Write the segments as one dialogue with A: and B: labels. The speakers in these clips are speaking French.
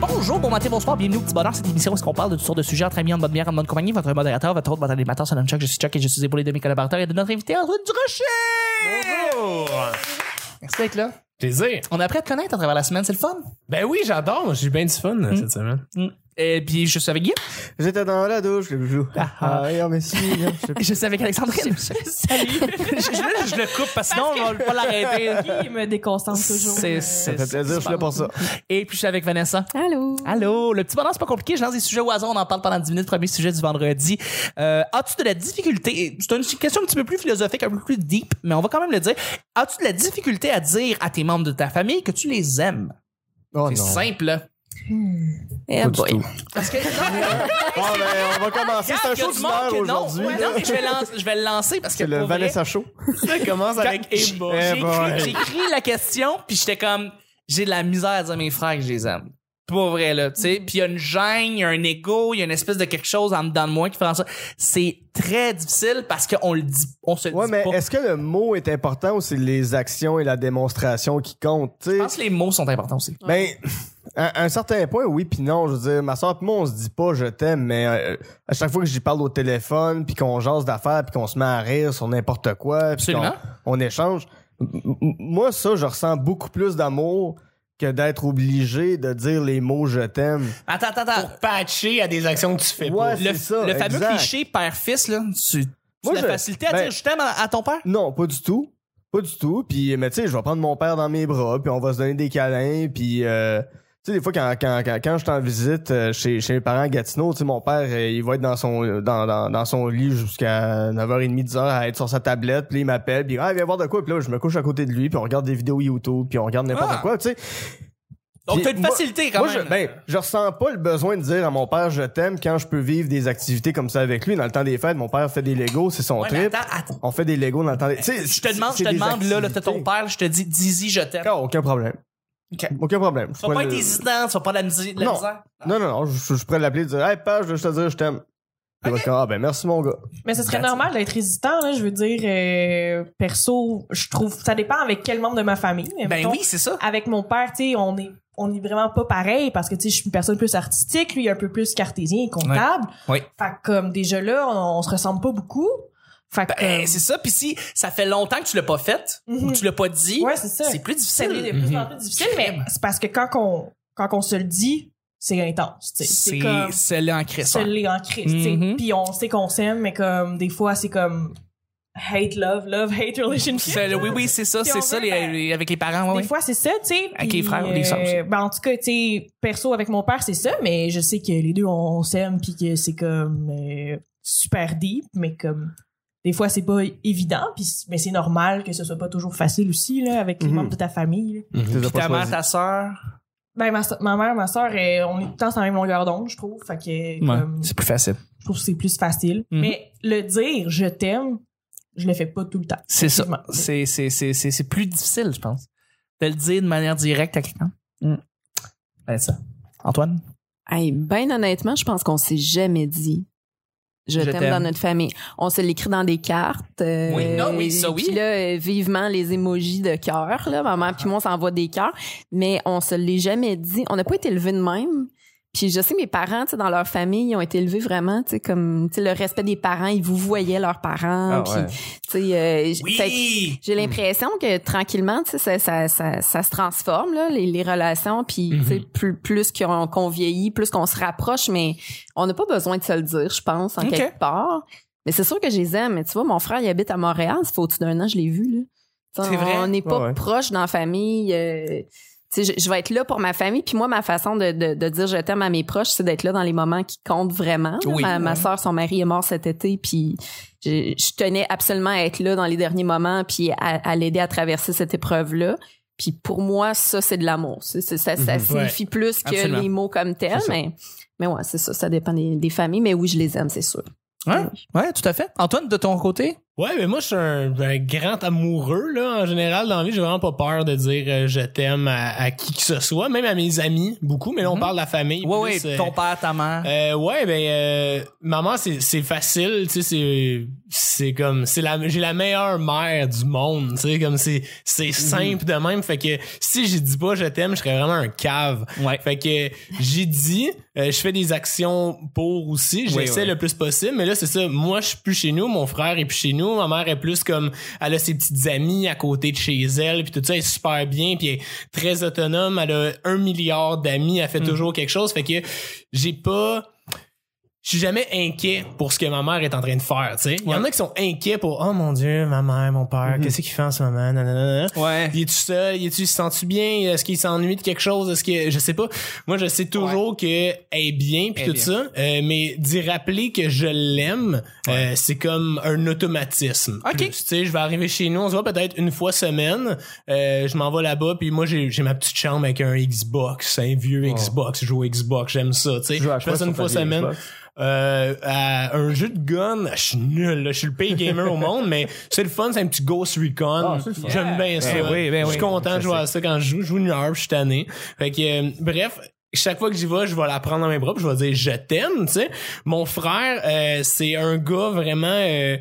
A: Bonjour, bon matin, bonsoir, bienvenue au petit bonheur. Cette émission où est-ce qu'on parle de toutes sortes de sujets entre amis, en bonne bière, en bonne compagnie. Votre modérateur, votre autre, votre animateur, son nom Chuck, je suis Chuck et je suis épaulé de mes collaborateurs et de notre invité, Antoine Durocher!
B: Bonjour!
A: Merci d'être là.
B: Plaisir.
A: On a appris à te connaître à travers la semaine, c'est le fun.
B: Ben oui, j'adore. J'ai eu bien du fun euh, cette semaine.
A: Mm. Et puis, je suis avec Guy.
C: Hmm. J'étais dans la douche, le jour.
A: Ah,
C: Ah,
A: ah.
C: regarde, mais si, regarde, je sais pas.
A: Je suis avec Alexandrine. Salut! je, je- je le coupe parce que sinon, on va pas l'arrêter.
D: Il me déconcentre toujours.
A: C'est,
C: Ça fait plaisir, je suis là pour ça.
A: Et puis, je suis avec Vanessa.
D: Allô?
A: Allô, le petit bonheur, c'est pas compliqué. Je lance des sujets au hasard. On en parle pendant 10 minutes. Premier sujet du vendredi. Euh, as-tu de la difficulté? et C'est une question un petit peu plus philosophique, un peu plus deep, mais on va quand même le dire. As-tu de la difficulté à dire à tes membres de ta famille que tu les aimes?
C: Oh
A: c'est
C: non.
A: simple.
D: Eh
C: Pas du
D: boy.
C: tout.
A: Parce que.
C: Bon, ben, on va commencer. C'est un
A: Il y a
C: show
A: du
C: du
A: monde
C: Nord
A: que non.
C: aujourd'hui.
A: Ouais, non, mais je vais, lancer, je vais le lancer parce que.
C: C'est le
A: pour vrai,
C: Vanessa Show.
B: Ça commence
A: quand-
B: avec
A: j'ai-
B: Ebo.
C: Eh
A: j'ai écrit-
C: boy.
A: j'ai écrit la question, puis j'étais comme. J'ai de la misère à dire à mes frères que je les aime. Pour vrai, là, tu sais. Puis il y a une gêne, il y a un ego, il y a une espèce de quelque chose en dedans de moi qui fait en sorte. C'est très difficile parce qu'on le dit, on se le
C: Ouais,
A: dit
C: mais
A: pas.
C: est-ce que le mot est important ou c'est les actions et la démonstration qui comptent, tu
A: Je
C: sais?
A: pense que les mots sont importants aussi.
C: Ben, à à un certain point, oui, puis non. Je veux dire, ma soeur pis moi, on se dit pas je t'aime, mais euh, à chaque fois que j'y parle au téléphone, puis qu'on jase d'affaires, puis qu'on se met à rire sur n'importe quoi, puis
A: Absolument.
C: qu'on on échange, m- m- moi, ça, je ressens beaucoup plus d'amour que d'être obligé de dire les mots je t'aime.
A: Attends, attends, attends.
B: Patché à des actions que tu fais
C: Ouais,
B: pas.
A: Le,
C: c'est ça,
A: le fameux
C: exact.
A: cliché père-fils, là, tu, tu
C: Moi,
A: as
C: je-
A: la facilité à
C: ben-
A: dire je t'aime à, à ton père?
C: Non, pas du tout. Pas du tout. Puis, mais tu sais, je vais prendre mon père dans mes bras, puis on va se donner des câlins, puis... euh, tu sais, des fois, quand, quand, quand, quand je suis en visite euh, chez, chez mes parents à Gatineau, tu sais, mon père, euh, il va être dans son, euh, dans, dans, dans son lit jusqu'à 9h30, 10h, à être sur sa tablette, puis il m'appelle, puis ah, viens voir de quoi, puis là, je me couche à côté de lui, puis on regarde des vidéos YouTube, puis on regarde n'importe
A: Ah.
C: quoi, tu sais.
A: Donc,
C: Puis
A: t'as une
C: moi-
A: facilité quand
C: Moi,
A: même.
C: je, ben, je ressens pas le besoin de dire à mon père je t'aime quand je peux vivre des activités comme ça avec lui. Dans le temps des fêtes, mon père fait des Legos, c'est son
A: Ouais, mais
C: trip.
A: attends, attends.
C: On fait des Legos dans le temps des...
A: Euh, Je te demande, je te demande, là, là, t'as ton père, je te dis, Dizzy, je t'aime.
C: Ah, aucun problème.
A: Ok.
C: Aucun problème. Je
A: Tu vas pas
C: pourrais
A: être
C: le-
A: hésitant, tu vas pas de la, musi- de la
C: Non.
A: misère.
C: Non, non, non. Je, je pourrais l'appeler et dire Hey, père, je veux juste te dire, je t'aime. Il va dire, Ah, ben merci, mon gars.
D: Mais ce serait
A: That's-
D: normal d'être hésitant, là. Je veux dire, euh, perso, je trouve, ça dépend avec quel membre de ma famille. mais
A: Ben
D: mettons,
A: oui, c'est ça.
D: Avec mon père, tu sais, on est, on est vraiment pas pareil parce que, tu sais, je suis une personne plus artistique, lui, il est un peu plus cartésien et comptable.
A: Ouais. Ouais.
D: Fait que, comme, déjà là, on, on se ressemble pas beaucoup. Fait que,
A: Ben,
D: euh,
A: c'est ça. Puis si ça fait longtemps que tu l'as pas fait
D: Mhm.
A: ou tu l'as pas dit,
D: Ouais, c'est ça.
A: c'est plus
D: c'est
A: difficile. Mhm.
D: de plus en plus difficile, mais c'est parce que quand on, quand on se le dit, c'est intense, tu sais. C'est comme-
A: c'est là en cresson.
D: se l'est en Christ. tu sais.
A: Mhm.
D: Puis on sait qu'on s'aime, mais comme des fois, c'est comme hate love, love hate relationship.
A: C'est le- Oui, oui, c'est ça,
D: Si
A: c'est
D: on
A: ça
D: veut,
A: les-
D: ben,
A: les- avec les parents. ouais,
D: Des
A: ouais.
D: fois, c'est ça, tu sais.
A: Ah Avec
D: Puis,
A: les frères ou les sœurs aussi.
D: ben, en tout cas, tu sais, perso, avec mon père, c'est ça, mais je sais que les deux, on, on s'aime, puis que c'est comme euh, super deep, mais comme. Des fois, c'est pas évident, puis c- mais c'est normal que ce soit pas toujours facile aussi, là, avec les
C: Mhm.
D: membres de ta famille. là.
C: Tu les as
A: Puis
C: pas
A: ta mère,
C: choisis.
A: ta sœur.
D: Ben, ma, so- ma mère, ma soeur, euh, on est tout le temps sur la même longueur d'onde, je trouve. Fait que, comme,
A: plus facile.
D: je trouve que c'est plus facile.
A: Mhm.
D: Mais le dire je t'aime, je le fais pas tout le temps.
A: C'est ça.
D: Effectivement.
A: C'est c'est- c'est- c'est- c'est plus difficile, je pense, de le dire de manière directe à quelqu'un. Ben, Mm. ça. Antoine?
E: Hey, ben honnêtement, je pense qu'on s'est jamais dit. Je,
A: Je t'aime.
E: t'aime dans notre famille. On se l'écrit dans des cartes. euh,
A: Oui, non, oui, ça, oui.
E: Puis là, euh, vivement les émojis de cœur, là, maman puis moi on s'envoie des cœurs, mais on se l'est jamais dit. On n'a pas été élevés de même. Puis je sais mes parents, tu sais, dans leur famille, ils ont été élevés vraiment, tu sais, comme tu sais, le respect des parents, ils vous voyaient leurs parents.
C: Ah,
E: puis,
C: ouais.
E: tu sais, euh, j- ça a été- j'ai
C: Mm.
E: l'impression que tranquillement, tu sais, ça, ça, ça, ça se transforme, là, les, les relations, puis tu
C: Mm-hmm.
E: sais, plus, plus qu'on qu'on vieillit, plus qu'on se rapproche, mais on n'a pas besoin de se le dire, je pense, en
A: Ok.
E: quelque part. Mais c'est sûr que je les aime. Mais tu vois, mon frère, il habite à Montréal. Ça fait au-dessus d'un an, je l'ai vu, là. Tu sais,
A: C'est
E: on-
A: vrai?
E: On n'est pas
C: Ouais, ouais.
E: proche dans la famille. euh, tu sais, je, je vais être là pour ma famille. Puis moi, ma façon de, de, de dire je t'aime à mes proches, c'est d'être là dans les moments qui comptent vraiment. là.
A: Oui,
E: ma, ma
A: ouais.
E: soeur, son mari est mort cet été. Puis je, je tenais absolument à être là dans les derniers moments puis à, à l'aider à traverser cette épreuve-là. Puis pour moi, ça, c'est de l'amour. C'est- c'est- Ça, ça
C: Mhm.
E: signifie plus que
A: Absolument.
E: les mots comme tels.
C: C'est ça.
E: Mais, mais ouais, c'est ça. Ça dépend des, des familles. Mais oui, je les aime, c'est sûr.
A: Ouais, ouais, tout à fait. Antoine, de ton côté?
B: Ouais, mais moi, je suis un, un grand amoureux, là. En général, dans la vie, j'ai vraiment pas peur de dire euh, je t'aime à, à qui que ce soit, même à mes amis, beaucoup. Mais là,
C: Hmm.
B: on
A: Mhm.
B: parle de la famille.
A: Ouais,
B: plus,
A: ouais,
B: euh,
A: ton père, ta mère.
B: Euh, ouais, ben, euh, maman, c'est c'est facile, tu sais, c'est c'est comme, c'est la, j'ai la meilleure mère du monde, tu sais, comme c'est c'est simple de même, fait que si je dis pas je t'aime, je serais vraiment un cave.
A: Ouais.
B: Fait que j'ai dit, euh, je fais des actions pour aussi, j'essaie
A: ouais.
B: le plus possible, mais là, c'est ça, moi, je suis plus chez nous, mon frère est plus chez nous, ma mère est plus comme, elle a ses petites amies à côté de chez elle, puis tout ça, elle est super bien, puis elle est très autonome, elle a un milliard d'amis, elle fait toujours quelque chose, fait que j'ai pas je suis jamais inquiet pour ce que ma mère est en train de faire, tu sais. Il y en a qui sont inquiets pour, oh mon dieu, ma mère, mon père, qu'est-ce qu'il fait en ce moment, nanana.
A: Ouais.
B: Il est-tu seul? Il est-tu, il se sent-tu bien? Est-ce qu'il s'ennuie de quelque chose? Est-ce que, je sais pas. Moi, je sais toujours que, elle est bien, puis
A: Elle est
B: tout ça. Euh, mais d'y rappeler que je l'aime, euh, c'est comme un automatisme.
A: Ok.
B: Plus, Tu sais, je vais arriver chez nous, on se voit peut-être une fois semaine. Euh, je m'en vais là-bas, puis moi, j'ai, j'ai ma petite chambre avec un Xbox, un vieux Xbox. Je joue au Xbox, j'aime ça, tu sais.
C: Tu joues Oh. à
B: Je fais
C: quoi
B: ça
C: sur
B: une
C: ta
B: fois
C: vieille
B: semaine.
C: Xbox?
B: Euh, à un jeu de gun, je suis nul, là. je suis le pire gamer au monde, mais c'est le fun, c'est un petit Ghost Recon.
C: Ah, c'est le fun.
B: J'aime bien ça.
A: Ben oui, ben
B: je
A: oui.
B: suis content de jouer à ça quand je joue. Je joue une heure, puis je suis tanné. Fait que, euh, bref, chaque fois que j'y vais, je vais la prendre dans mes bras, puis je vais dire je t'aime, tu sais. Mon frère, euh, c'est un gars vraiment. euh,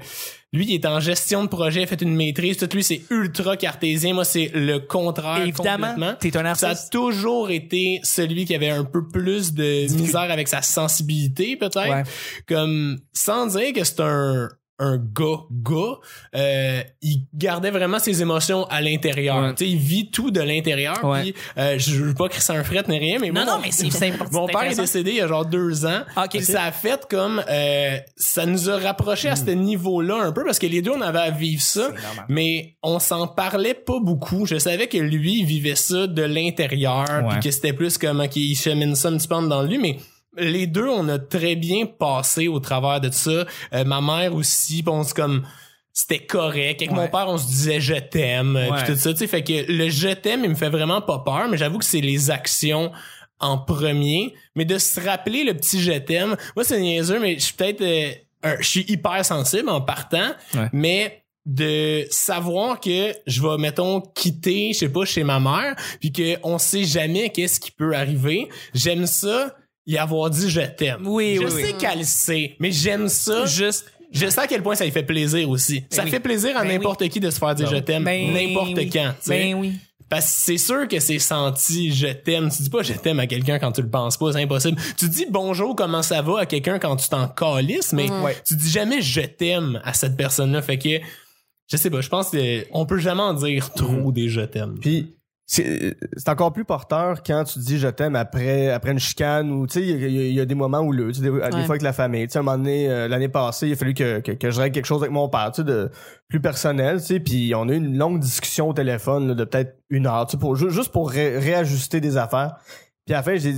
B: lui, il est en gestion de projet, fait une maîtrise. Tout lui, c'est ultra cartésien. Moi, c'est le contraire. complètement.
A: Évidemment, t'es un
B: Ça a
A: artiste.
B: toujours été celui qui avait un peu plus de misère avec sa sensibilité, peut-être.
A: Ouais.
B: Comme, sans dire que c'est un, un gars, gars, euh, il gardait vraiment ses émotions à l'intérieur.
A: Ouais.
B: Tu sais, il vit tout de l'intérieur.
A: Ouais.
B: Puis, euh, je veux pas crisser un fret ni rien, mais
A: Non,
B: moi,
A: non, mais c'est c'est important.
B: mon père est décédé il y a genre deux ans.
A: Ah, ok.
B: Puis Ça a fait comme euh, ça nous a rapprochés à ce niveau-là un peu parce que les deux on avait à vivre ça,
A: Hmm. normal.
B: mais on s'en parlait pas beaucoup. Je savais que lui il vivait ça de l'intérieur,
A: Ouais.
B: puis que c'était plus comme ok, il chemine ça un petit peu en dedans de lui, mais les deux on a très bien passé au travers de ça. Euh, ma mère aussi, puis on se comme c'était correct. Avec mon
A: Ouais.
B: père, on se disait je t'aime, euh,
A: Ouais.
B: puis tout ça. Tu sais, fait que le je t'aime, il me fait vraiment pas peur, mais j'avoue que c'est les actions en premier, mais de se rappeler le petit je t'aime. Moi, c'est niaiseux, mais je suis peut-être, euh, un- je suis hyper sensible en partant,
A: Ouais.
B: mais de savoir que je vais mettons quitter je sais pas chez ma mère puis que on sait jamais qu'est-ce qui peut arriver j'aime ça y avoir dit je t'aime
A: Oui,
B: je
A: oui,
B: sais
A: oui.
B: qu'elle le sait mais j'aime ça
A: Juste.
B: je sais à quel point ça lui fait plaisir aussi. ça
A: oui.
B: fait plaisir à
A: Ben
B: n'importe qui de se faire dire je t'aime
A: Ben
B: n'importe
A: oui.
B: quand. tu sais.
A: Ben oui.
B: Parce que c'est sûr que c'est senti je t'aime. Tu dis pas je t'aime à quelqu'un quand tu le penses pas, c'est impossible. Tu dis bonjour, comment ça va à quelqu'un quand tu t'en calisses, mais
A: Mm.
B: tu dis jamais je t'aime à cette personne-là. Fait que je sais pas, je pense que on peut jamais en dire trop des je t'aime.
C: Puis c'est c'est encore plus porteur quand tu dis je t'aime après après une chicane ou tu sais il y a- il y, a- il y a des moments où le tu sais, des, des fois avec la famille tu sais à un moment donné euh, l'année passée il a fallu que, que que je règle quelque chose avec mon père tu sais de plus personnel tu sais puis on a eu une longue discussion au téléphone là, de peut-être une heure tu sais pour ju- juste pour ré- réajuster des affaires puis à la fin j'ai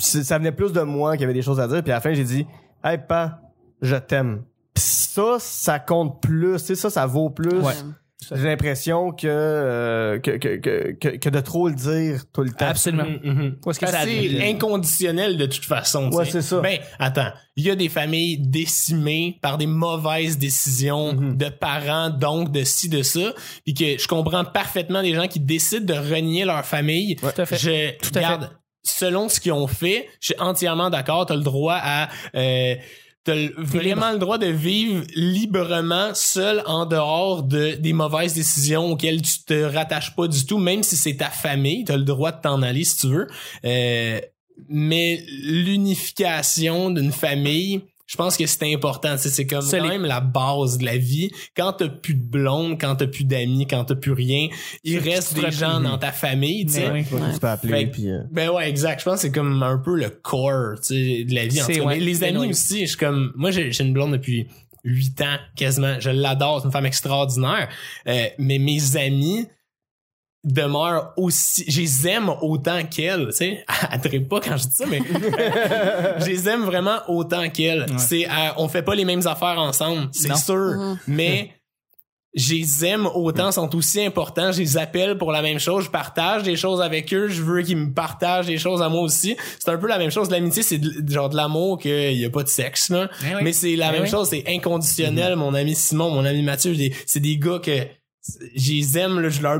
C: c'est- ça venait plus de moi qu'il y avait des choses à dire puis à la fin j'ai dit hey pa je t'aime Puis ça ça compte plus tu sais ça ça vaut plus
A: Ouais.
C: j'ai l'impression que, euh, que, que, que, que, que de trop le dire tout le temps. Mm-hmm.
A: Absolument.
B: Mhm.
A: Où est-ce que
B: Parce
A: ça
B: que
A: arrive?
B: c'est inconditionnel de toute façon. tu
C: Ouais,
B: sais.
C: c'est ça.
B: Ben, attends, il y a des familles décimées par des mauvaises décisions
C: Mhm.
B: de parents, donc de ci, de ça, puis que je comprends parfaitement des gens qui décident de renier leur famille.
A: Tout à fait.
B: Je
A: à
B: regarde, selon ce qu'ils ont fait, je suis entièrement d'accord, t'as le droit à... euh, T'as le- vraiment le droit de vivre librement, seul, en dehors de, des mauvaises décisions auxquelles tu te rattaches pas du tout, même si c'est ta famille, t'as le droit de t'en aller si tu veux. Euh, mais l'unification d'une famille, je pense que c'est important. Tu sais, C'est comme
A: C'est
B: quand
A: les-
B: même la base de la vie. Quand t'as plus de blonde, quand t'as plus d'amis, quand t'as plus rien, il
A: Tu- tu
B: reste
A: te
B: des gens
A: retrouves.
B: dans ta famille. tu sais.
A: Mais Ben oui.
C: Je sais pas qui tu peux appeler.
B: Fait-
C: puis, euh,
B: Ben ouais, exact. Je pense que c'est comme un peu le core tu sais, de la vie. En
A: C'est-
B: tout cas.
A: ouais,
B: Mais les
A: ben
B: amis
A: oui.
B: aussi, je suis comme. Moi, j'ai j'ai une blonde depuis huit ans quasiment. Je l'adore, c'est une femme extraordinaire. Euh, mais mes amis demeurent aussi. Je les aime autant qu'elle. Tu sais, elle tripe pas quand je dis ça, mais euh, je les aime vraiment autant qu'elle.
A: Ouais.
B: C'est, euh, on fait pas les mêmes affaires ensemble, c'est
A: Non.
B: sûr.
E: Mhm.
B: Mais je les aime autant, sont aussi importants, je les appelle pour la même chose, je partage des choses avec eux, je veux qu'ils me partagent des choses à moi aussi. C'est un peu la même chose, l'amitié c'est de- genre de l'amour qu'il y a pas de sexe là.
A: Eh oui.
B: Mais c'est la
A: Eh
B: même
A: oui.
B: chose, c'est inconditionnel, mon ami Simon, mon ami Mathieu, des- c'est des gars que je les aime, là, je leur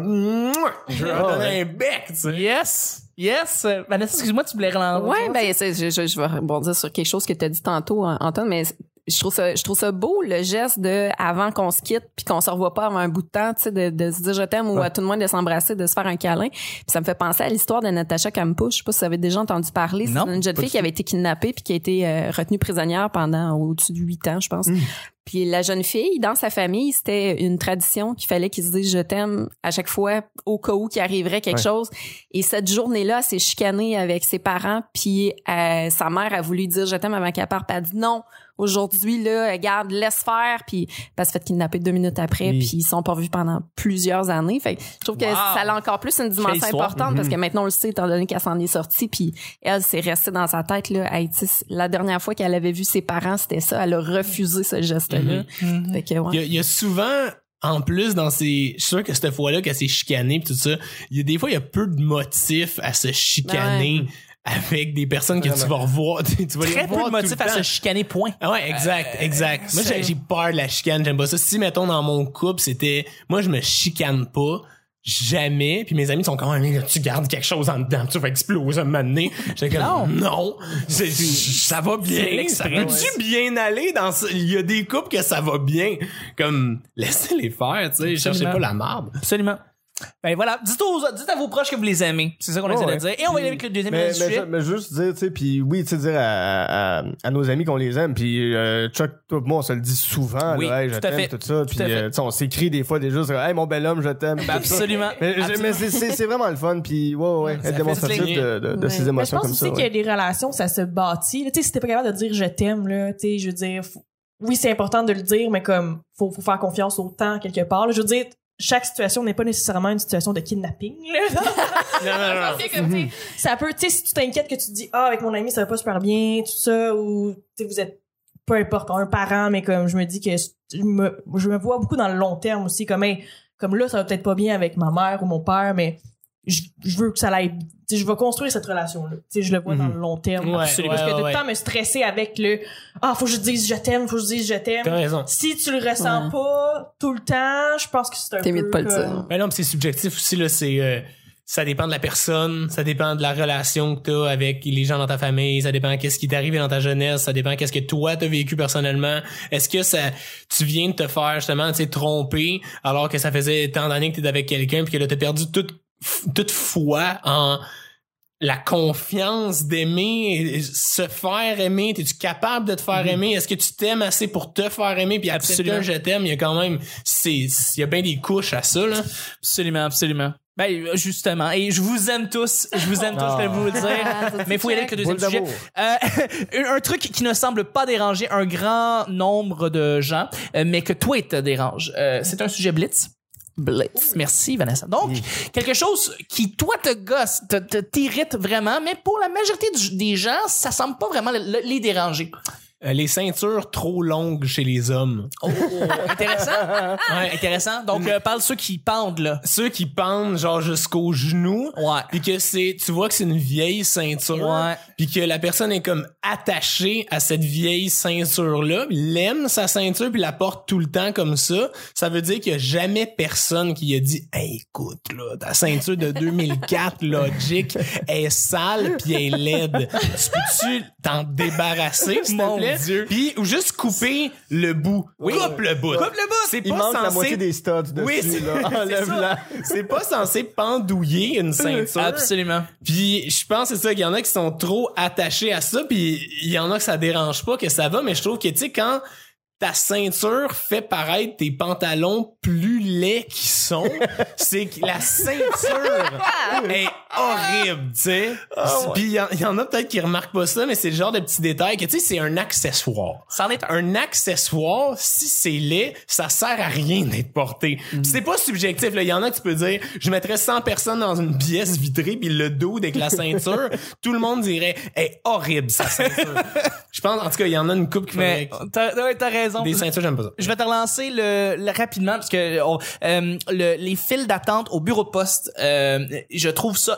B: je leur
C: Ah,
B: donne
C: ouais.
B: un bec, tu sais.
A: Yes! Yes! Euh, Vanessa, excuse-moi, tu voulais relancer.
E: Ouais, ben c'est- je, je, je vais rebondir sur quelque chose que tu as dit tantôt, hein, Antoine, mais c'est- je trouve ça, je trouve ça beau le geste de avant qu'on se quitte puis qu'on se revoit pas avant un bout de temps, tu sais, de, de se dire je t'aime ou à tout le moins de s'embrasser, de se faire un câlin. Puis ça me fait penser à l'histoire de Natacha Kampusch. Je sais pas si vous avez déjà entendu parler. C'est
A: Non,
E: une jeune
A: pas
E: fille
A: du
E: qui avait été kidnappée puis qui a été euh, retenue prisonnière pendant au-dessus de huit ans, je pense.
A: Mm.
E: Puis la jeune fille, dans sa famille, c'était une tradition qu'il fallait qu'il se dise je t'aime à chaque fois au cas où qu'il arriverait quelque
C: Ouais.
E: chose. Et cette journée-là, elle s'est chicanée avec ses parents, puis euh, sa mère a voulu lui dire je t'aime avant qu'elle parte. Elle a dit non. Aujourd'hui, là, garde, laisse faire. Puis, parce qu'elle se fait kidnapper deux minutes après,
C: Oui.
E: puis ils sont pas revus pendant plusieurs années. Fait que je trouve que
A: Wow.
E: ça a encore plus une dimension
A: histoire.
E: importante parce que maintenant, on le sait, étant donné qu'elle s'en est sortie, puis elle s'est restée dans sa tête. Là, Hey, tu sais, la dernière fois qu'elle avait vu ses parents, c'était ça. Elle a refusé ce geste-là.
A: Mhm.
E: Fait que, ouais.
B: Il y a- il y, a souvent, en plus, dans ces. Je suis sûr que cette fois-là, qu'elle s'est chicanée pis tout ça, il y a des fois, il y a peu de motifs à se chicaner avec des personnes que tu vas revoir. tu vas les
A: Très peu de
B: revoir tout
A: motifs
B: le
A: à
B: temps.
A: se chicaner, point.
B: Ah ouais, exact, exact. Moi, j'ai
A: c'est-
B: j'ai peur de la chicane, j'aime pas ça. Si, mettons, dans mon couple, c'était, moi, je me chicane pas, jamais, puis mes amis sont quand même, tu gardes quelque chose en dedans, tu vas exploser un moment donné. J'étais comme,
A: Non.
B: non, c'est- ça va bien, ça
A: l'expérience.
B: peut-tu bien aller dans ce- il y a des couples que ça va bien. Comme, laissez-les faire, tu sais, cherchez
A: Absolument.
B: pas la marde.
A: Absolument. Ben voilà, dites, aux- dites à vos proches que vous les aimez. C'est ça qu'on
B: Oh,
C: Ouais,
A: essaie
C: ouais.
A: de dire. Et on va y aller avec le deuxième
C: Mais, mais,
A: sujet.
C: ju- mais juste dire, tu sais, puis oui, tu sais, dire à, à, à nos amis qu'on les aime, puis euh, Chuck, toi, pis moi, on se le dit souvent,
A: Oui,
C: là, hey, je
A: tout à fait.
C: t'aime, tout ça, puis
A: à fait.
C: euh, tu sais, on s'écrit des fois déjà, c'est, hey, mon bel homme, je t'aime.
A: Ben
C: tout ça.
A: absolument.
C: Mais, je-
A: Absolument.
C: mais c'est- c'est c'est vraiment le fun, puis ouais, ouais,
A: Ça fait
C: être démonstratif
A: cligner.
C: de, de, de
E: Ouais.
C: ses
D: Mais je
C: émotions
D: pense
C: comme
D: aussi
C: ça.
D: qu'il y a des relations, ça se bâtit. là. Tu sais, si t'es pas capable de dire je t'aime, là, tu sais, je veux dire, faut- oui, c'est important de le dire, mais comme, faut, faut faire confiance au temps quelque part. là. Je veux dire, chaque situation n'est pas nécessairement une situation de kidnapping, là.
B: Non, non, non.
D: ça peut, tu sais, si tu t'inquiètes que tu te dis, ah, avec mon ami, ça va pas super bien, tout ça, ou, tu sais, vous êtes, peu importe, un parent, mais comme, je me dis que je me, je me vois beaucoup dans le long terme aussi, comme, hey, comme là, ça va peut-être pas bien avec ma mère ou mon père, mais je, je veux que ça l'aille, tu sais, je veux construire cette relation-là. Tu sais, je le vois dans le long terme.
B: Mhm. Ouais,
A: Absolument.
B: ouais,
D: parce que de
B: ouais,
D: temps me stresser avec le, ah, faut que je dise je t'aime, faut que je dise je
B: T'as
D: t'aime.
B: raison.
D: Si tu le ressens
E: Ouais.
D: pas tout le temps, je pense que c'est un peu.
E: T'es mieux de pas le
D: comme-
E: dire.
B: Ben non, pis c'est subjectif aussi, là, c'est. euh, ça dépend de la personne, ça dépend de la relation que t'as avec les gens dans ta famille, ça dépend qu'est-ce qui t'est arrivé dans ta jeunesse, ça dépend qu'est-ce que toi t'as vécu personnellement. Est-ce que ça, tu viens de te faire justement, tu sais, tromper alors que ça faisait tant d'années que t'étais avec quelqu'un puis que là t'as perdu toute f- toute foi en la confiance d'aimer, euh, se faire aimer, es-tu capable de te faire aimer? Est-ce que tu t'aimes assez pour te faire aimer? Puis absolument,
A: Absolument.
B: je t'aime, il y a quand même, c'est, il y a bien des couches à ça, là.
A: Absolument, absolument. Ben, euh, justement. Et je vous aime tous. Je vous aime tous, je vais vous le dire. Mais il faut y aller avec le deuxième
C: Boule
A: sujet.
C: d'amour.
A: Euh, un un truc qui ne semble pas déranger un grand nombre de gens, euh, mais que toi, il te dérange. Euh, c'est un sujet blitz. Blitz. Merci, Vanessa. Donc, quelque chose qui, toi, te gosse, te- te- t'irrite vraiment, mais pour la majorité du- des gens, ça semble pas vraiment le- le- les déranger.
B: Euh, les ceintures trop longues chez les hommes.
A: Oh, intéressant.
B: Ouais.
A: intéressant.
C: Mm.
A: Donc, euh, parle ceux qui pendent, là.
B: Ceux qui pendent genre jusqu'aux genoux.
A: Ouais.
B: Puis que c'est, tu vois que c'est une vieille ceinture.
A: Ouais.
B: Puis que la personne est comme attachée à cette vieille ceinture-là. L'aime sa ceinture puis la porte tout le temps comme ça. Ça veut dire qu'il y a jamais personne qui a dit, hey, écoute, là, ta ceinture de 2004 Logic elle est sale puis elle est laide. Tu peux-tu t'en débarrasser, s'il te
A: Mon
B: plaît?
A: Dieu.
B: Puis, ou juste couper le bout. Coupe le bout.
A: Coupe le bout.
B: C'est
C: Il
B: pas
C: manque la
B: censé-
C: moitié des studs dessus,
B: Oui, c'est-
C: là.
B: c'est
C: Enlève-la.
B: ça. C'est pas censé pendouiller une ceinture.
A: Absolument.
B: Puis je pense c'est ça qu'il y en a qui sont trop attachés à ça puis il y en a que ça dérange pas que ça va mais je trouve que tu sais quand ta ceinture fait paraître tes pantalons plus laids qu'ils sont, c'est que la ceinture est horrible, tu sais. Puis il y en- il y, en a peut-être qui remarquent pas ça mais c'est le genre de petit détail que tu sais c'est un accessoire
A: Ça en est un.
B: un accessoire, si c'est laid, ça sert à rien d'être porté. Puis C'est pas subjectif. là. Il y en a que tu peux dire, je mettrais 100 personnes dans une pièce vitrée, puis le dos avec la ceinture, tout le monde dirait, est horrible sa ceinture. je pense, en tout cas, il y en a une coupe qui
A: Mais
B: ferait-
A: t'as ouais, t'as raison.
B: Des ceintures, j'aime pas ça.
A: Je vais te relancer le, le- rapidement parce que on- euh, le- les files d'attente au bureau de poste, euh, je trouve ça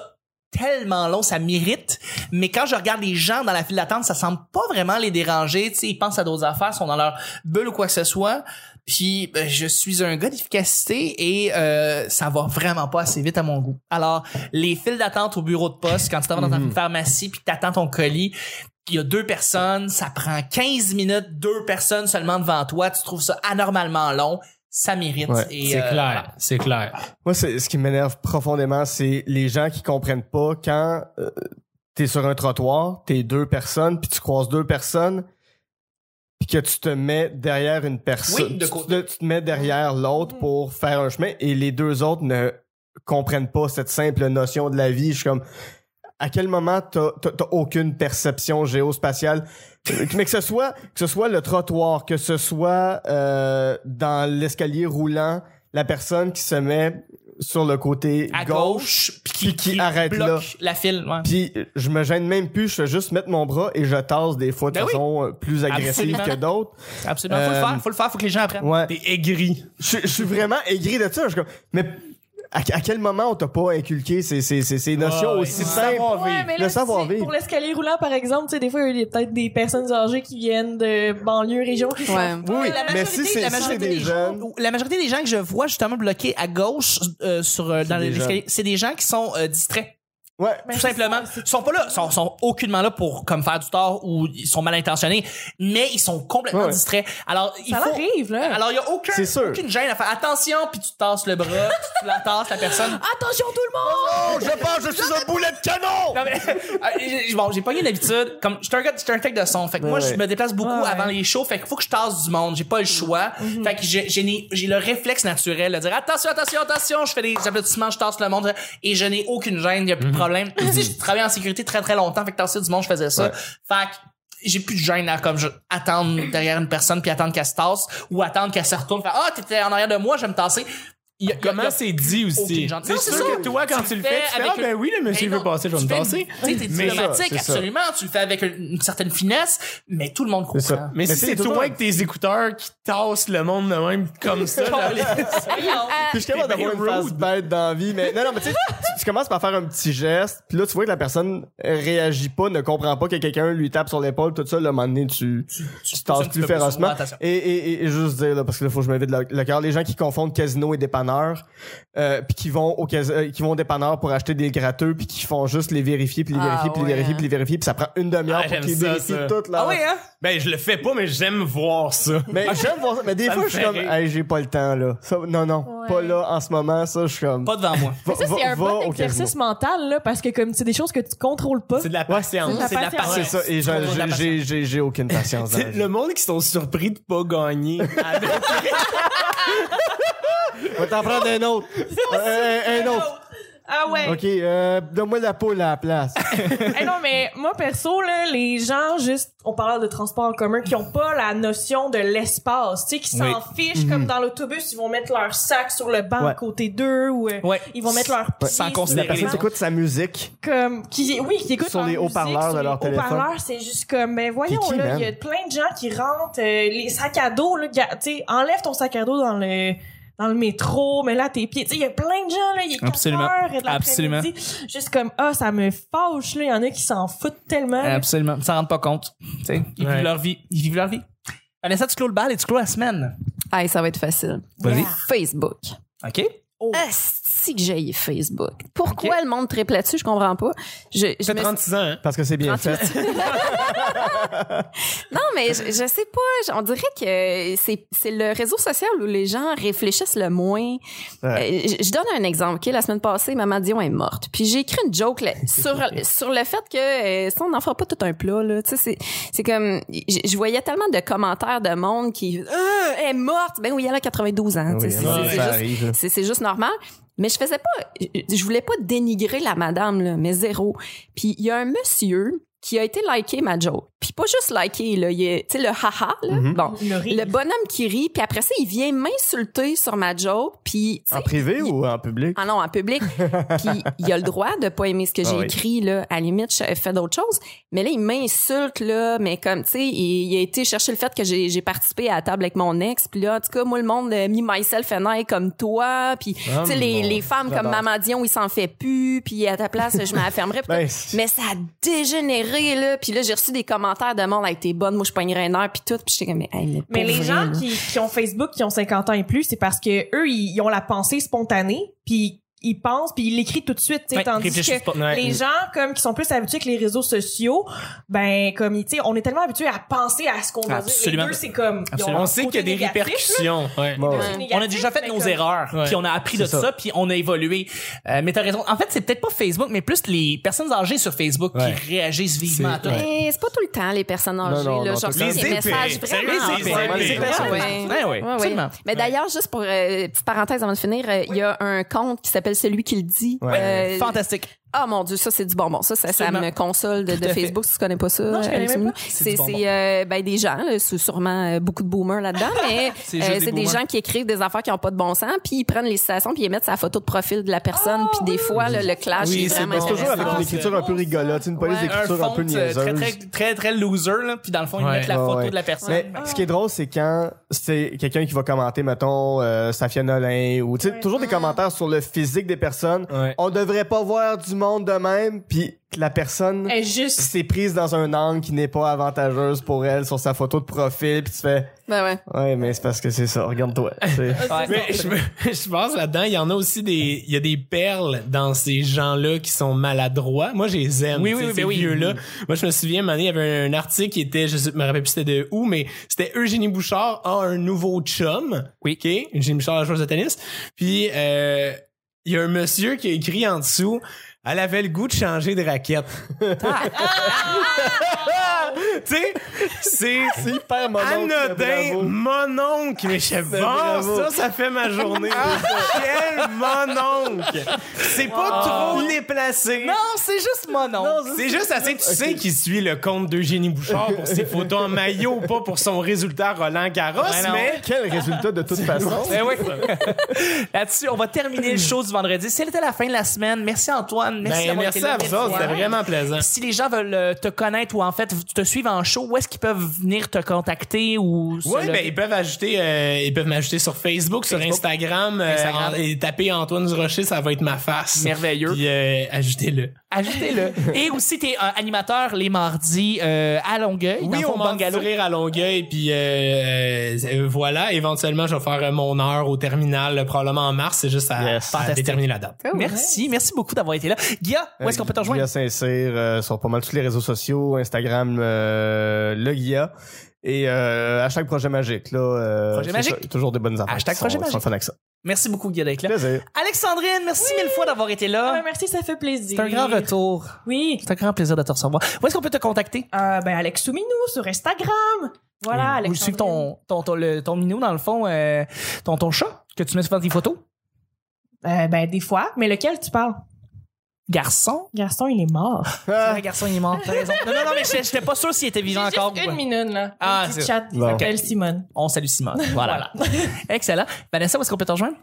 A: tellement long, ça mérite. Mais quand je regarde les gens dans la file d'attente, ça semble pas vraiment les déranger. Tu sais, ils pensent à d'autres affaires, sont dans leur bulle ou quoi que ce soit. Puis ben, je suis un gars d'efficacité et euh, ça va vraiment pas assez vite à mon goût. Alors les files d'attente au bureau de poste, quand tu t'en vas dans ta pharmacie puis que t'attends ton colis, il y a deux personnes, ça prend 15 minutes, deux personnes seulement devant toi, tu trouves ça anormalement long, ça mérite.
C: Ouais,
A: Et,
B: C'est
A: euh,
B: clair, c'est clair.
C: Moi, c'est, ce qui m'énerve profondément, c'est les gens qui comprennent pas quand euh, t'es sur un trottoir, t'es deux personnes, puis tu croises deux personnes, puis que tu te mets derrière une personne.
A: Oui, de
C: tu,
A: côté.
C: te- tu te mets derrière
B: Mm.
C: l'autre pour faire un chemin, et les deux autres ne comprennent pas cette simple notion de la vie. Je suis comme... À quel moment t'as, t'as- t'as aucune perception géospatiale? Mais que ce soit que ce soit le trottoir, que ce soit euh, dans l'escalier roulant, la personne qui se met sur le côté
A: à
C: gauche,
A: gauche, puis
C: puis qui arrête
A: bloque
C: là.
A: la file. ouais.
C: Puis euh, je me gêne même plus, je fais juste mettre mon bras et je tasse des fois de
A: Ben oui.
C: façon euh, plus agressive
A: Absolument.
C: que d'autres.
A: Absolument, faut le
C: Euh,
A: faire, faut le faire, faut que les gens apprennent.
C: Ouais.
B: T'es aigri.
C: Je, je suis vraiment aigri de ça. Je suis comme, mais à, à quel moment on t'a pas inculqué ces, ces, ces, ces notions
B: Ouais,
C: aussi
B: ouais.
C: simples?
D: Ouais, mais
C: Le
D: là,
C: savoir
D: tu sais,
C: vivre.
D: Pour l'escalier roulant, par exemple, tu sais, des fois, il y a peut-être des personnes âgées qui viennent de banlieue, région. qui sont-
E: Ouais.
C: Euh, Oui, oui,
A: La
C: mais
A: majorité-
C: si c'est
A: la
C: si c'est
A: majorité
C: des
A: des
C: jeunes,
A: La majorité des gens que je vois justement bloqués à gauche euh, sur euh, dans
C: C'est des
A: l'escalier, c'est des gens qui sont euh, distraits.
C: ouais,
D: Mais
A: tout
D: c'est
A: simplement. Ils sont pas là, sont, sont aucunement là pour comme faire du tort ou ils sont mal intentionnés, mais ils sont complètement
C: Ouais.
A: distraits. Alors il
D: Ça
A: faut
D: arrive, là.
A: alors, il n'y a aucun,
C: C'est sûr.
A: aucune gêne à faire. Attention, puis tu tasses le bras, puis tu la tasses, la personne.
E: Attention tout le monde!
C: Oh, je pense, je suis un boulet de canon!
A: Non, mais, euh, j'ai- bon, j'ai pas eu l'habitude. Comme, je suis un gars, j'étais un tech de son. Fait que moi,
C: Ouais.
A: je me déplace beaucoup
D: Ouais. Mhm.
A: avant les shows. Fait qu'il faut que je tasse du monde. J'ai pas le choix. Fait que j'ai, j'ai les- j'ai le réflexe naturel de dire attention, attention, attention. Je fais des applaudissements, je tasse le monde. Et je n'ai aucune gêne. Y a plus
C: Mhm.
A: de problème. Puis, tu sais, j'ai travaillé en sécurité très, très longtemps. Fait que tasser du monde, je faisais ça.
C: Ouais.
A: Fait que, j'ai plus de gêne à comme je, attendre derrière une personne puis attendre qu'elle se tasse ou attendre qu'elle se retourne faire ah t'étais en arrière de moi je vais me tasser Y a- y a- y
B: Comment
A: a-
B: c'est dit aussi?
A: aucune gentille-
B: C'est
A: Non, c'est
B: sûr
A: ça.
B: que toi, quand tu le fais, tu fais,
A: avec
B: ah ben
A: une-
B: oui, le monsieur
A: Mais
B: veut
A: non,
B: passer, je vais
A: tu
B: me
A: fais-
B: tasser.
A: Tu sais, t'es
B: Mais-
A: diplomatique,
C: C'est ça, c'est
A: absolument. Tu le fais avec une, une certaine finesse, mais tout le monde
C: C'est ça.
A: comprend.
B: Mais si
C: tu sais,
B: c'est
C: tout le
B: toi
C: temps-
B: avec tes écouteurs qui tassent le monde de même comme ça, là,
C: Puis je suis capable d'avoir une face
B: Rude.
C: bête dans la vie, mais non, non, mais tu sais, tu- tu commences par faire un petit geste, puis là, tu vois que la personne réagit pas, ne comprend pas que quelqu'un lui tape sur l'épaule, tout ça, là, à un moment donné, tu, tu, tasses
A: un petit
C: plus
A: peu plus
C: férocement.
A: souvent, attention.
C: et, et, et- et juste dire, là, parce que là, faut que je m'invite le, le cœur, les gens qui confondent casino et dépanneur, euh, puis qui vont au cas- euh, qui vont au dépanneur pour acheter des gratteux, puis qui font juste les vérifier, puis les
E: Ah,
C: vérifier, puis les
E: ouais.
C: vérifier, puis les vérifier, puis ça prend une demi-heure
B: Ah,
C: pour
B: j'aime
C: qu'ils
B: ça,
C: vérifient
B: ça.
C: toute la...
A: Ah oui, hein?
B: ben je le fais pas, mais j'aime voir ça.
C: Mais j'aime voir ça, mais des
B: Ça
C: fois,
B: me
C: je suis
B: fait
C: comme,
B: rire.
C: hey, j'ai pas le temps, là. Ça, non, non,
E: Ouais.
C: pas là, en ce moment, ça, je suis comme...
A: Pas devant moi.
C: va-
D: ça, c'est
C: va-
D: un
C: va
D: bon
C: au casino.
D: exercice mental, là, parce que comme c'est des choses que tu contrôles pas.
B: C'est de la patience.
D: C'est de la patience.
C: C'est ça, et j'ai-
A: Trop de la
C: j'ai-
A: patience.
C: j'ai- j'ai j'ai aucune patience. dans la
B: C'est
C: vie.
B: le monde qui sont surpris de pas gagner. Avec-
C: On va t'en prendre un autre. Euh, un, un autre.
D: Ah ouais.
C: OK, euh, donne-moi la poule à la place.
D: Eh non, mais moi, perso, là, les gens, juste, on parle de transport en commun, qui ont pas la notion de l'espace, tu sais, qui s'en fichent, comme dans l'autobus, ils vont mettre leur sac sur le banc à
C: Ouais.
D: côté d'eux, ou euh,
A: Ouais.
D: ils vont mettre leur pied
A: Sans
D: sur-
A: considérer
C: La personne
A: les
C: qui écoute sa musique.
D: comme qui oui qui écoutent
C: Sur
D: leur
C: les
D: musique,
C: haut-parleurs
D: sur
C: de
D: les
C: leur téléphone.
D: haut-parleurs, c'est juste comme ben voyons
C: T'es qui,
D: là
C: man?
D: il y a plein de gens qui rentrent euh, les sacs à dos là gars, tu sais enlève ton sac à dos dans le dans le métro mais là tes pieds tu sais il y a plein de gens là il est 4
A: Absolument.
D: heures de
A: Absolument.
D: l'après-midi juste comme ah ça me fâche là il y en a qui s'en foutent tellement là.
A: Absolument. Ils s'en rendent pas compte. Tu sais, Ils
B: Ouais.
A: vivent leur vie. Ils vivent leur vie. Vanessa, tu clôt le bal et tu clôt la semaine.
E: Hey, ça va être facile.
A: Vas-y.
E: Facebook.
A: OK?
E: Asti Ah, que j'ai eu Facebook. Pourquoi le monde triple là-dessus, je comprends pas. Je, je
B: Ça fait
E: me-
B: 36 ans, hein?
C: Parce que c'est bien fait.
E: 38. non, mais je, je sais pas. je- On dirait que c'est c'est le réseau social où les gens réfléchissent le moins.
C: Ouais.
E: Euh, je, je donne un exemple. ok? La semaine passée, Maman Dion est morte. Puis j'ai écrit une joke là, sur, sur le fait que euh, ça, on n'en fera pas tout un plat. Là. Tu sais, C'est c'est comme... Je, je voyais tellement de commentaires de monde qui... Euh, elle est morte! Ben oui, elle a 92 ans.
C: Oui,
E: tu sais, c'est-
C: hein,
B: ouais.
E: c'est- c'est
C: ça
E: juste-
C: arrive. là.
E: c'est c'est juste normal. Mais je faisais pas, je- je voulais pas dénigrer la madame, là, mais zéro. Puis il y a un monsieur qui a été liké ma joke. Puis pas juste liker, là. Il y a, tu sais, le haha, là.
C: Mhm.
E: Bon.
D: Le rire.
E: Le bonhomme qui rit, puis après ça, il vient m'insulter sur ma joke, puis... tu sais,
C: En privé
E: il-
C: ou en public?
E: Ah non, en public. Puis il a le droit de pas aimer ce que
C: Ah
E: j'ai
C: oui.
E: écrit là. À la limite, je fais d'autres choses. Mais là, il m'insulte là. Mais comme tu sais, il, il a été chercher le fait que j'ai j'ai participé à la table avec mon ex. Puis là, en tout cas, moi le monde a mis myself and I comme toi. Puis
C: Ah,
E: tu sais, les,
C: mon-
E: les femmes comme
C: j'adore.
E: Maman Dion, il s'en fait plus. Puis à ta place, je m'affermerais.
C: Ben, c'est-
E: mais ça a dégénéré là. Puis là, j'ai reçu des commentaires de monde, là, t'es bonne, moi je pognerais une heure puis tout. Puis j'étais comme mais, hey, mais,
D: Mais
E: pour
D: les
E: vrai,
D: gens
E: là.
D: qui, qui ont Facebook, qui ont 50 ans et plus, c'est parce que eux, ils, ils ont la pensée spontanée, puis ils pensent, puis ils l'écrivent tout de suite. tu sais,
B: Ouais,
D: tandis
B: réfléchis
D: que
B: pas. Ouais.
D: les gens comme qui sont plus habitués avec les réseaux sociaux, ben comme ils- tu sais, on est tellement habitué à penser à ce qu'on va
A: Absolument.
D: dire. Les deux, c'est comme ils ont
A: Absolument.
D: leur
B: On sait qu'il y a
D: côté
B: des
D: négatif, là,
B: répercussions. Ouais.
C: Bon,
D: côté
E: Ouais.
D: négatif,
A: On a déjà fait
D: mais
A: nos
D: comme-
A: erreurs,
B: Ouais.
A: puis on a appris de
C: C'est
A: ça.
C: ça.
A: puis on a évolué. Euh, mais t'as raison. En fait, c'est peut-être pas Facebook, mais plus les personnes âgées sur Facebook
B: Ouais.
A: qui réagissent vivement à tout.
B: C'est- ouais.
E: Mais c'est pas tout le temps les personnes âgées
C: non,
E: là.
C: non,
E: Je
C: tout le temps.
E: reçois des
B: Les
E: messages
B: épées.
E: vraiment.
B: Sérieux, Ah, c'est-
E: Ouais,
B: c'est-
E: ouais.
B: c'est- Ben
E: Ouais,
A: Ah,
E: ouais.
A: Ouais, ouais,
E: Ouais, ouais.
A: absolument.
E: Mais d'ailleurs, juste pour euh, petite parenthèse avant de finir, euh, il y a un conte qui s'appelle Celui qui le dit.
C: Ouais.
E: Euh,
A: Fantastique.
E: Ah mon dieu, ça c'est du bonbon. Ça, ça, ça
A: Absolument.
E: me console de, de
A: Tout à fait.
E: Facebook si tu connais pas ça.
D: Non, je connais
E: Alexandre.
D: même pas.
A: C'est du
E: C'est
A: bonbon.
E: c'est, euh, ben, des gens, là, c'est sûrement euh, beaucoup de boomers là-dedans, mais euh,
A: C'est juste des
E: c'est des,
A: boomers.
E: gens qui écrivent des affaires qui ont pas de bon sens, puis ils prennent les citations, puis ils mettent sa photo de profil de la
A: Ah
E: personne, puis des fois là, le clash
B: Oui,
E: est
B: c'est
E: vraiment
C: Mais c'est toujours avec
E: intéressant.
C: une écriture un peu rigolote, une police
E: Ouais.
A: Un
C: d'écriture un
A: font
C: peu
A: euh, très,
C: niaiseuse.
A: très, très, très loser, là, puis dans le fond, ils
B: Ouais.
A: mettent la
C: Ouais,
A: photo
C: ouais.
A: de la personne.
C: Mais ce qui est drôle, c'est quand c'est quelqu'un qui va commenter, mettons, euh, Safia Nolin, ou tu sais, toujours des commentaires sur le physique des personnes.
B: Ouais.
C: On devrait pas voir du monde de même, puis que la personne
D: Elle est eh, juste
C: s'est prise dans un angle qui n'est pas avantageuse pour elle sur sa photo de profil, puis tu fais
E: Ben ouais.
C: Ouais, mais c'est parce que c'est ça, regarde-toi. C'est-
A: Ouais.
B: Mais je, me- je pense là-dedans, il y en a aussi des, il y a des perles dans ces gens-là qui sont maladroits. Moi, je les aime.
A: Oui,
B: tu sais,
A: oui, oui,
B: ces
A: ben oui.
B: vieux-là. Moi, je me souviens, une année, il y avait un article qui était, je sais- me rappelle plus c'était de où, mais c'était Eugénie Bouchard a un nouveau chum.
A: Oui.
B: OK. Eugénie Bouchard, la joueuse de tennis. Puis, euh, il y a un monsieur qui a écrit en dessous, elle avait le goût de changer de raquette.
A: Ah,
B: tu sais, c'est,
C: C'est hyper mononcle,
B: Anodin,
C: bravo.
B: mononcle.
A: Ah,
B: Mais je sais pas,
C: bravo.
B: ça, ça fait ma journée. Quel mononcle. C'est pas trop déplacé.
A: Non, c'est juste mon nom.
B: C'est juste assez, tu sais qu'il suit le compte d'Eugénie Bouchard pour ses photos en maillot, pas pour son résultat Roland Garros,
A: Ben non.
B: mais... Ben,
C: Quel résultat de toute façon.
A: Eh oui. Là-dessus, on va terminer le show du vendredi. C'était la fin de la semaine. Merci Antoine. Merci
B: Ben,
A: d'avoir
B: merci
A: été là.
B: à vous autres, c'était
A: Ouais.
B: vraiment plaisant.
A: Si les gens veulent euh, te connaître ou en fait te suivre en show, où est-ce qu'ils peuvent venir te contacter ou se
B: Oui,
A: le-
B: ben, ils peuvent ajouter, euh, ils peuvent m'ajouter sur Facebook, sur
A: Facebook.
B: Instagram, euh,
A: Instagram.
B: en- et taper Antoine Durocher, ça va être ma face.
A: Merveilleux.
B: Puis euh, ajoutez-le.
A: ajoutez-le. Et aussi t'es euh, animateur les mardis euh, à Longueuil, dans
B: Oui,
A: le fond,
B: on va
A: bungalow.
B: rire à Longueuil, puis euh, euh, euh, voilà. Éventuellement, je vais faire euh, mon heure au terminal, euh, probablement en mars. C'est juste à,
C: Yes.
B: à déterminer la date.
E: Cool.
A: Merci, merci beaucoup d'avoir été là. Guilla, où est-ce qu'on peut te rejoindre?
C: Guilla Saint-Cyr euh, sur pas mal tous les réseaux sociaux, Instagram, euh, le Guilla. Et euh, hashtag projet magique, là. euh,
A: Projet
C: c'est
A: magique.
C: ça, toujours des bonnes affaires.
A: Hashtag
C: qui sont-
A: projet
C: qui sont
A: magique.
C: fun avec ça.
A: Merci beaucoup Guilla d'être là.
C: Plaisir.
A: Alexandrine, merci mille fois d'avoir été
D: Ah, ben,
A: là.
D: merci, ça fait plaisir.
A: C'est un grand retour.
D: Oui.
A: C'est un grand plaisir de te recevoir. Où est-ce qu'on peut te contacter?
D: Euh, ben Alex Souminou sur Instagram. Voilà,
A: Ou
D: Alex.
A: suivre ton, ton, ton, le- ton minou, dans le fond, euh, ton, ton chat, que tu mets souvent des photos.
D: Euh, ben des fois, mais lequel tu parles?
A: Garçon.
D: Gaston, il est mort.
A: Ah, garçon, il est mort. t'as raison. Non, non, non, mais j'étais j'étais pas sûr s'il était vivant
D: J'ai
A: encore.
D: juste
A: ou
D: une
A: pas.
D: minute, là.
A: Ah,
D: Un petit
A: c'est-
D: chat. Il
C: Bon.
D: s'appelle Simone.
A: On salue Simone. Voilà. Excellent. Vanessa, où est-ce qu'on peut te rejoindre?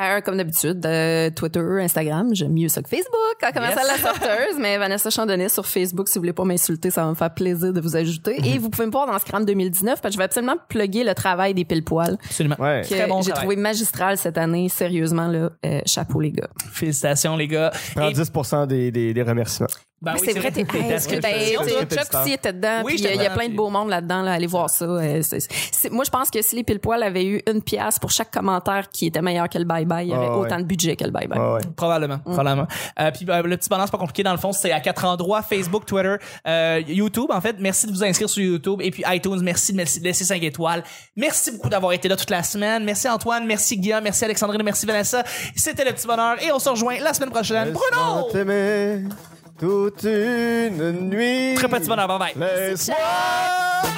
E: Euh, comme d'habitude, euh, Twitter, Instagram, j'aime mieux ça que Facebook, à commencer
A: Yes.
E: à la sorteuse, mais Vanessa Chandonnet sur Facebook, si vous voulez pas m'insulter, ça va me faire plaisir de vous ajouter. Et vous pouvez me voir dans Scram 2019, parce que je vais absolument plugger le travail des pile-poils,
A: Absolument.
C: Ouais.
E: que
A: Très bon
E: j'ai
A: travail.
E: trouvé magistral cette année, sérieusement, là, euh, chapeau les gars.
A: Félicitations, les gars.
C: Prends
A: Et-
C: 10% des, des, des remerciements.
A: Ben
E: Ah,
A: oui,
E: c'est vrai, t'es hey,
A: t'étais-
E: est-ce que t'es-
C: je-
E: t'es-
C: je-
E: Chuck aussi était dedans,
A: Oui,
E: puis
A: j'étais
E: il y a
A: dedans,
E: plein de
A: puis-
E: beau monde là-dedans, là, allez voir ça. euh, c'est- c'est- c'est- moi, je pense que si les pile-poils avaient eu une pièce pour chaque commentaire qui était meilleur que le bye-bye, il y aurait
C: Ah ouais.
E: autant de budget que le bye-bye.
C: Ouais, ouais.
A: Probablement, probablement. Euh, puis euh, le petit balance pas compliqué dans le fond, c'est à quatre endroits Facebook, Twitter, euh, YouTube. En fait, merci de vous inscrire sur YouTube et puis iTunes. Merci de me laisser 5 étoiles. Merci beaucoup d'avoir été là toute la semaine. Merci Antoine, merci Guillaume, merci Alexandrine, merci Vanessa. C'était le petit bonheur et on se rejoint la semaine prochaine.
C: Laisse-moi
A: Euh, Bruno,
C: t'aimer toute une nuit.
A: très petit bonheur, bye bye.
C: Laisse-moi